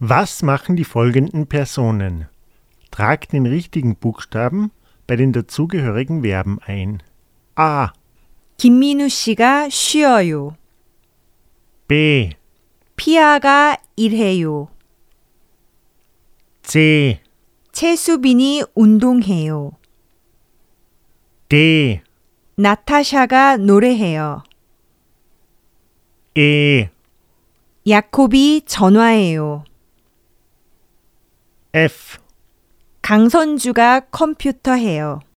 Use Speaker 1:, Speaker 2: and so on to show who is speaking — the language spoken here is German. Speaker 1: Was machen die folgenden Personen? Trag den richtigen Buchstaben bei den dazugehörigen Verben ein. A,
Speaker 2: 김민우 씨가 쉬어요.
Speaker 1: B,
Speaker 2: 피아가 일해요.
Speaker 1: C,
Speaker 2: 채수빈이 운동해요.
Speaker 1: D,
Speaker 2: 나타샤가 노래해요.
Speaker 1: E,
Speaker 2: 야콥이 전화해요.
Speaker 1: F.
Speaker 2: 강선주가 컴퓨터 해요.